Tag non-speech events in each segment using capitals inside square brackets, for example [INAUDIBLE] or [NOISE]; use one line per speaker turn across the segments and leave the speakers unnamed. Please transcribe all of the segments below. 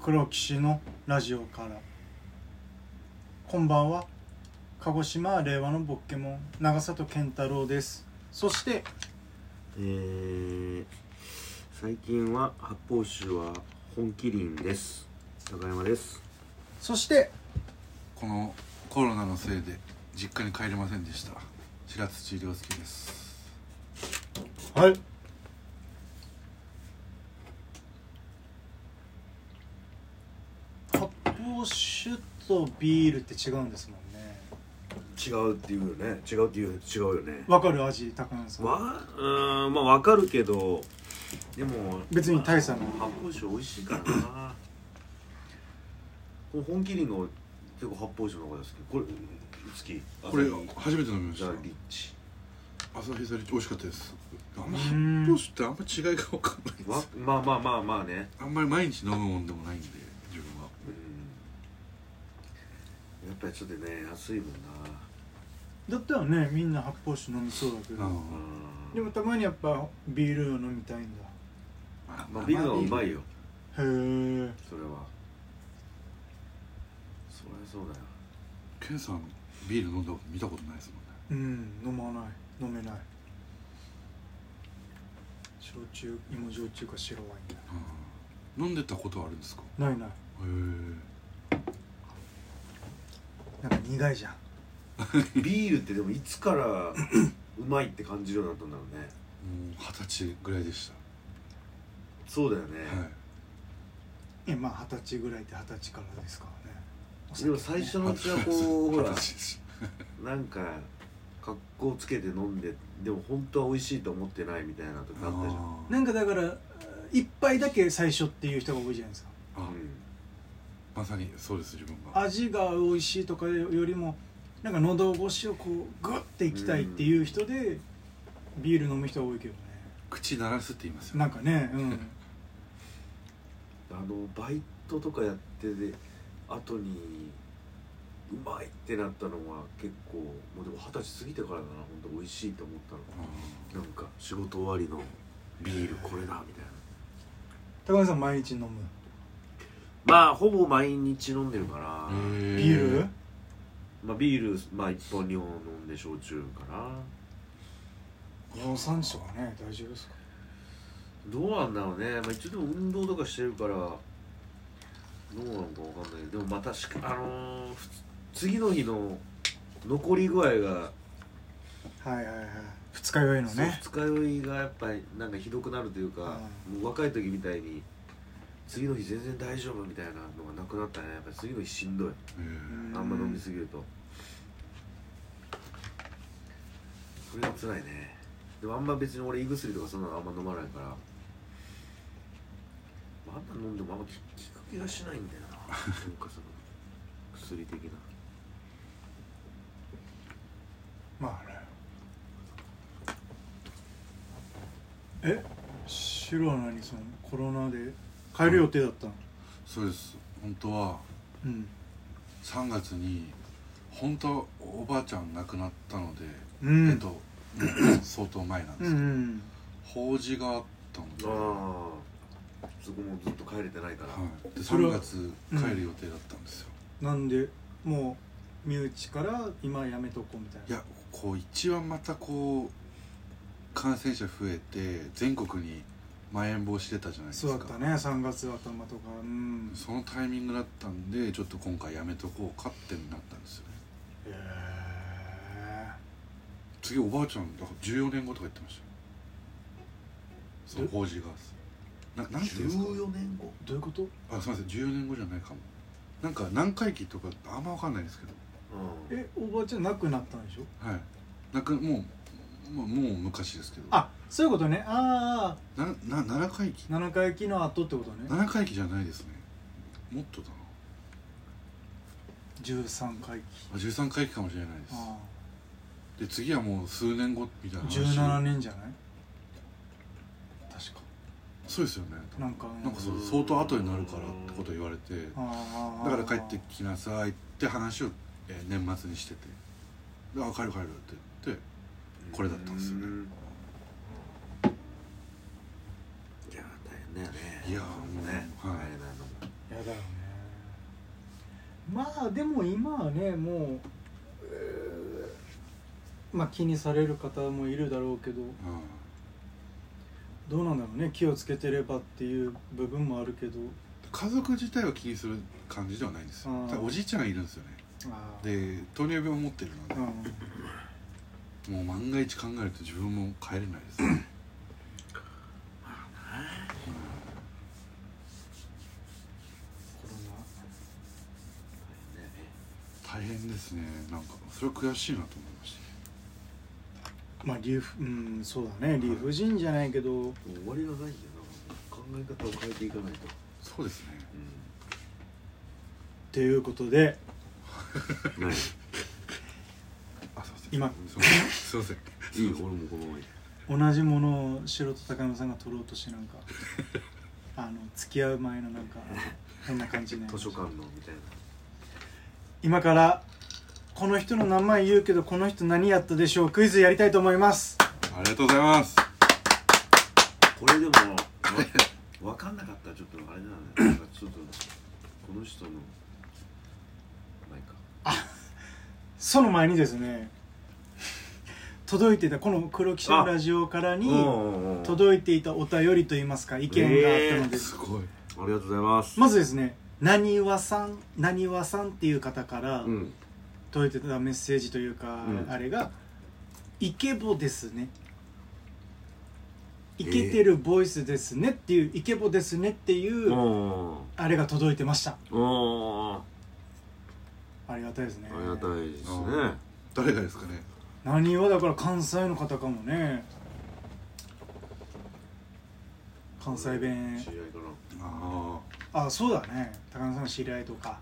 黒騎士のラジオからこんばんは鹿児島令和のボッケモン長里健太郎ですそして
えー、最近は発泡酒は本麒麟です高山です
そして
このコロナのせいで実家に帰れませんでした白土亮介です
はい発泡酒とビールって違うんですもんね
違うっていうよね違うっていう違うよね
わかる味高野さん
わうーんまあわかるけどでも
別に大差ない
発泡酒美味しい [LAUGHS] からなこの本麒麟の結構発泡酒の方が好きこれ好き
これ
朝日
初めて飲みました
ザリッチ
朝日ザリッチ美味しかったですあん
う
ま発
ん
泡酒ってあんま違いが分かんないで
わ
す
まあまあまあまあね
あんまり毎日飲むもんでもないんで自分は
うんやっぱりちょっとね安いもんな
だったらねみんな発泡酒飲みそうだけど、
うん
でもたまにやっぱビールを飲みたいんだ
まあ、ビールはうまいよ
へえ
それはそりゃそうだよ
ケンさんビール飲んだこと見たことないですもんね
うん飲まない飲めない焼酎芋焼酎か白ワイン
うん飲んでたことはあるんですかへ
だないない
え
なんか苦いじゃん
ビールってでもいつからうまいって感じるようになったんだろうね
もう二十歳ぐらいでし
そうだよ
た
ね、
はい
えまあ二十歳ぐらいって二十歳からですからねお酒
で
ね
も最初のうちはこうほら
二十歳でし
なんか格好つけて飲んででも本当は美味しいと思ってないみたいな時
た
あったじゃん
あー
なんかだから一杯だけ最初っていう人が多いじゃないですか
あ
う
まさにそうです自分が
味が美味しいとかよりもなんか喉越しをこうグッていきたいっていう人でビール飲む人が多いけどね
口鳴らすって言いますよ
なんかね
[LAUGHS]
うん
ん、あのバイトとかやってで後にうまいってなったのは結構もうでも二十歳過ぎてからだな本当美味しいと思ったの
うん
なんか仕事終わりのビールこれだみたいな
高橋さん毎日飲む
まあほぼ毎日飲んでるから、
へ
ビール、
まあ、ビールまあ1本2本飲んで焼酎かな
尿酸値とかね大丈夫ですか
どうなんだろうね、まあ、一応でも運動とかしてるからどうなのかわかんないけどでもまあ確かあのーふつ次の日の残り具合が、
はいはいはい二日酔いの
そう
ね
二日酔いがやっぱりなんかひどくなるというか、もう若い時みたいに次の日全然大丈夫みたいなのがなくなったねやっぱり次の日しんどい
え
あんま飲みすぎるとそれが辛いねでもあんま別に俺胃薬とかそんなのあんま飲まないからあんな飲んでもあんま効効く気がしないんだよななんかその薬的な
まあねえ白は何そのコロナで帰る予定だったの
そうです本当は
うん
3月に本当はおばあちゃん亡くなったので、
うん
えっともう相当前なんで
う
すけど、
ん
法事があったので,、は
ああそこもずっと帰れてないから、
い、で
それ
3
は
月帰る予定だったんですよ、
なんでもう身内から今やめとこうみたいない
やこう一番またこう感染者増えて全国にまん延防止出たじゃないです
そう
か
だったね3月頭とかうん
そのタイミングだったんでちょっと今回やめとこうかってなったんですよね
へえ
次おばあちゃんだから14年後とか言ってましたよその
え
法事がななんていうんですか
14年後
どういうこと
あすみません14年後じゃないかもなんか何回忌とかあんま分かんないですけど
うん
えおばあちゃん亡くなったんでしょ
はいなんかもうもうもう昔ですけど
あそういうことねあ
なな7回忌
あ7回忌の後ってことね
7回忌じゃないですねもっとだな
13回忌
あ13回忌かもしれない
あ
ですで次はもう数年後みたい
あ
な話
17年じゃない
確かそうですよね
なんか
なんかそう相当後になるからってこと言われて
ああ
だから帰ってきなさいって話を、えー年末にしてて「であ帰る帰る」って言ってこれだったんですよね
うんだよね
いやー
もうね、
もう
あ
はい
れなのも
やだよねまあでも今はねもう、えーまあ気にされる方もいるだろうけどどうなんだろうね気をつけてればっていう部分もあるけど
家族自体を気にする感じではないんですよ
うん
ただおじいちゃんがいるんですよね
あー
で糖尿病を持ってるので
う、ん、
もう万が一考えると自分も帰れないです
[CLEARS THROAT]
大変だよね
コ
大変ですねなんかそれは悔しいなと思いまし
ロナまあ理不うんそうだね理不尽じゃないけど
もう終わりがないんだよな考え方を変えていかないと、
たそうですね
ということで
ない
あすいま
今
せんすいませんすいません
いい俺もこのままいい
同じものを素人高山さんが取ろうとしてなん
[LAUGHS]
かあの付き合う前のなんか変な感じね
図書館のみたいな
今からこの人の名前言うけどこの人何やったでしょうクイズやりたいと思います
ありがとうございます
これでもわわかんなかったらちょっとあれなんだよなんかちょっとこの人のないか
その前にですね [LAUGHS] 届いていたこの黒騎士のラジオからに
うんうんうん
届いていたお便りといいますか意見があったのです、
すごい
ありがとうございます
まずですねなにわさんなにわさんっていう方から
うん
届いてたメッセージというか、
うん
あれが「イケボですね」イケてるボイスですねっていう、イケボですねっていううん
うんうん
あれが届いてました
うんあ
ありがたいですね
りがたいですね
うん誰がですかね
何はだから関西の方かもね関西弁
知り合いかな
あ
あそうだね高山さんの知り合いとか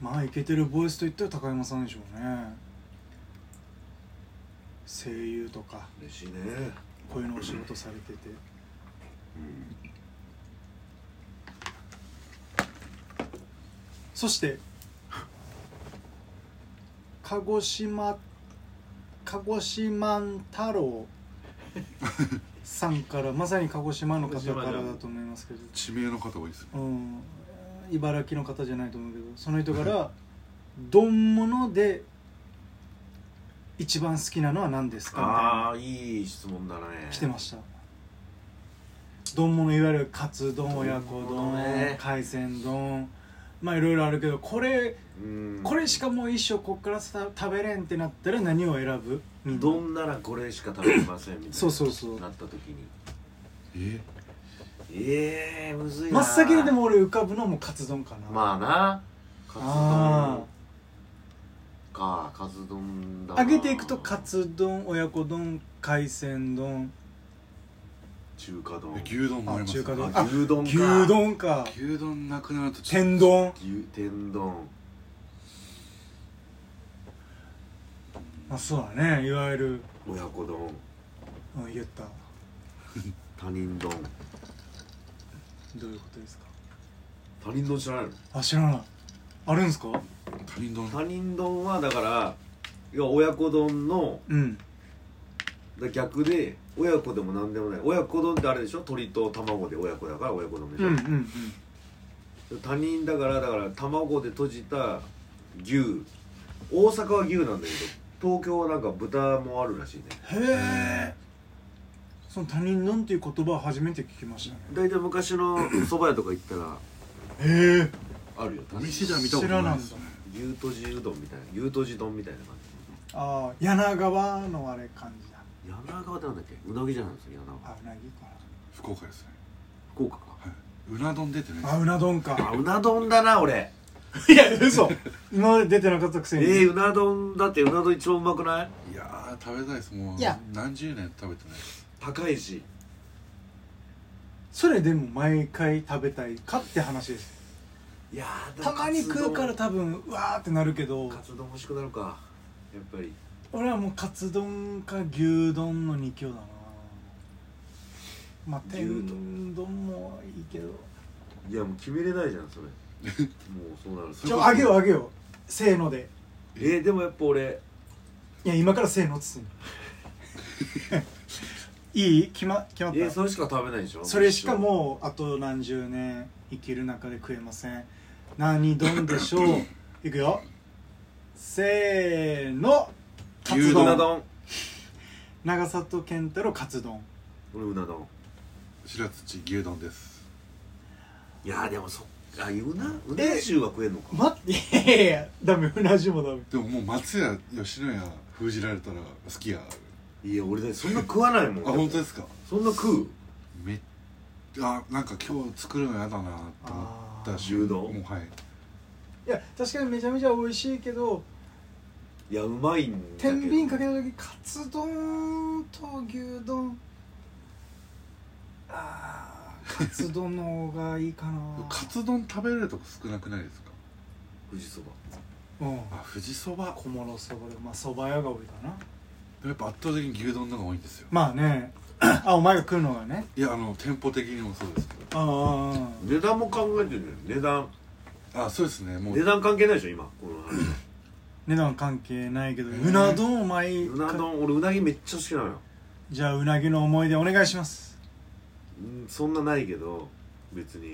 まあイケてるボイスといったら高山さんでしょうね声優とか
嬉しいね
こういうのお仕事されててそして鹿児島鹿児島太郎さんからまさに鹿児島の方からだと思いますけど
あ地名の方多いですね
うん、茨城の方じゃないと思うけどその人から「丼物で一番好きなのは何ですか?」みたい
ああいい質問だね
な来てました丼物いわゆるカツ丼親子
丼物ね
丼海鮮丼まあいろいろあるけどこれ
うん
これしかもう一生こっからさ食べれんってなったら何を選ぶみんな
どんならこれしか食べれませんみたいな
そうそうそう
なった時に
え
ええむずい
真
な
っ先にでも俺浮かぶのはもうカツ丼かな、
まあなカツ
あ
丼かカツ丼だな
揚げていくとカツ丼親子丼海鮮丼
中華丼
牛丼もあります
あ中華丼
あ牛丼か
牛丼か
牛丼なくなるとちょっ
天丼
牛天丼
まあそうだねいわゆる、
親子丼
うん、言った
他人丼
どういうことですか
他人丼知らないの
あ知らないあるんすか
と他人丼
他人丼はだから要は親子丼の
うん
だ逆で親子でも何でもない親子丼ってあれでしょ鶏と卵で親子だから親子丼でし
う
ょ、
んうんうん
他人だからだから卵で閉じた牛大阪は牛なんだけど東京はなんか豚もあるらしいね
へえその他人丼っていう言葉は初めて聞きましたね
大体昔の蕎麦屋とか行ったら
へえ
あるよ
お店では見たことないですね
知
牛とじうどんみたいな牛とじ丼みたいな感
ああ柳川のあれ感じだ
じ柳川ってなんだっけうなぎじゃないんですよ柳川
あうなぎか
福岡ですね
福岡か
はいうな丼出てないです
なあうな丼
あ
か
うな丼だな俺
[LAUGHS] いや嘘今まで出てなかったくせ
え
に、
ー、うな丼だってうな丼一番うまくない
いやー食べたいですもう
いや
何十年食べてないです
高いし
それでも毎回食べたいかって話です
いやーでも
たまに食うから
カツ
多分うわーってなるけど
丼カツ丼欲しくなるかやっぱり
俺はもうカツ丼か牛丼の2強だなまあ
牛丼
天丼もいいけど
いやもう決めれないじゃんそれもうそうなる
そ
ち
う
ょあげようあげようせーので
えー、でもやっぱ俺
いや今からせーのっつってんの [LAUGHS] いい決ま決まっ
えー、
た
それしか食べないでしょ
それしかもうあと何十年生きる中で食えません何丼でしょ
[LAUGHS]
ういくよせーのカツ
牛うな
丼
丼
長里健太郎カツ丼
俺うな丼
白土牛丼です
いやーでもそっかうなうな重は食えんのか
待っていやいやダメうな重もダメ
でももう松屋吉野家封じられたら好きや
いや俺だってそんな食わないもん
あ本当ですか
そんな食う
めっあなんか今日作るのやだなと思ったし
牛丼
もうはい
いや確かにめちゃめちゃ美味しいけど
いやうまいんだけど
天秤かけた時カツ丼と牛丼あーカツ丼の方がいいかな
[LAUGHS] カツ丼食べれるとこ少なくないですか
富士そば
うん
あ富士そば
小諸そばでまあそば屋が多いかな
やっぱ圧倒的に牛丼の方が多いんですよ
まあ
[LAUGHS]
ねあお前が食うのがね
いやあの店舗的にもそうですけ
あああ
値段も考えてるのよ値段
どあそうですねも
値
う
段関係ないでしょ今この話
値段関係ないけど、
ー
うな丼お前
うな丼俺うなぎめっちゃ好きなのよ
じゃあうなぎの思い出お願いします
うんそんなないけど別に